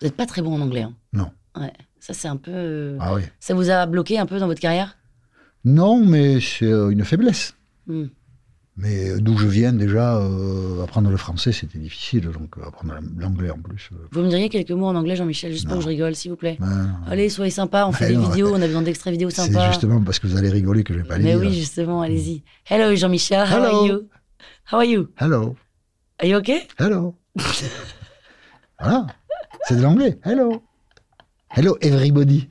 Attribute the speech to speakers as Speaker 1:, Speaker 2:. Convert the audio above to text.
Speaker 1: Vous n'êtes pas très bon en anglais. hein.
Speaker 2: Non.
Speaker 1: Ouais. Ça, c'est un peu. euh,
Speaker 2: Ah oui.
Speaker 1: Ça vous a bloqué un peu dans votre carrière
Speaker 2: Non, mais c'est euh, une faiblesse.
Speaker 1: Hmm.
Speaker 2: Mais euh, d'où je viens déjà, euh, apprendre le français, c'était difficile. Donc euh, apprendre l'anglais en plus. euh,
Speaker 1: Vous me diriez quelques mots en anglais, Jean-Michel, juste pour
Speaker 2: Non.
Speaker 1: que je rigole, s'il vous plaît
Speaker 2: non, non, non.
Speaker 1: Allez, soyez sympa, on fait
Speaker 2: Ouais,
Speaker 1: des
Speaker 2: non,
Speaker 1: vidéos, on a besoin d'extraits vidéo
Speaker 2: c'est
Speaker 1: sympas.
Speaker 2: justement parce que vous allez rigoler que je vais pas les
Speaker 1: Mais
Speaker 2: dire.
Speaker 1: oui, justement, allez-y. Hello, Jean-Michel, how
Speaker 2: Hello.
Speaker 1: are you How are you
Speaker 2: Hello,
Speaker 1: Are you okay
Speaker 2: hello. voilà, c'est de l'anglais. Hello. Hello everybody.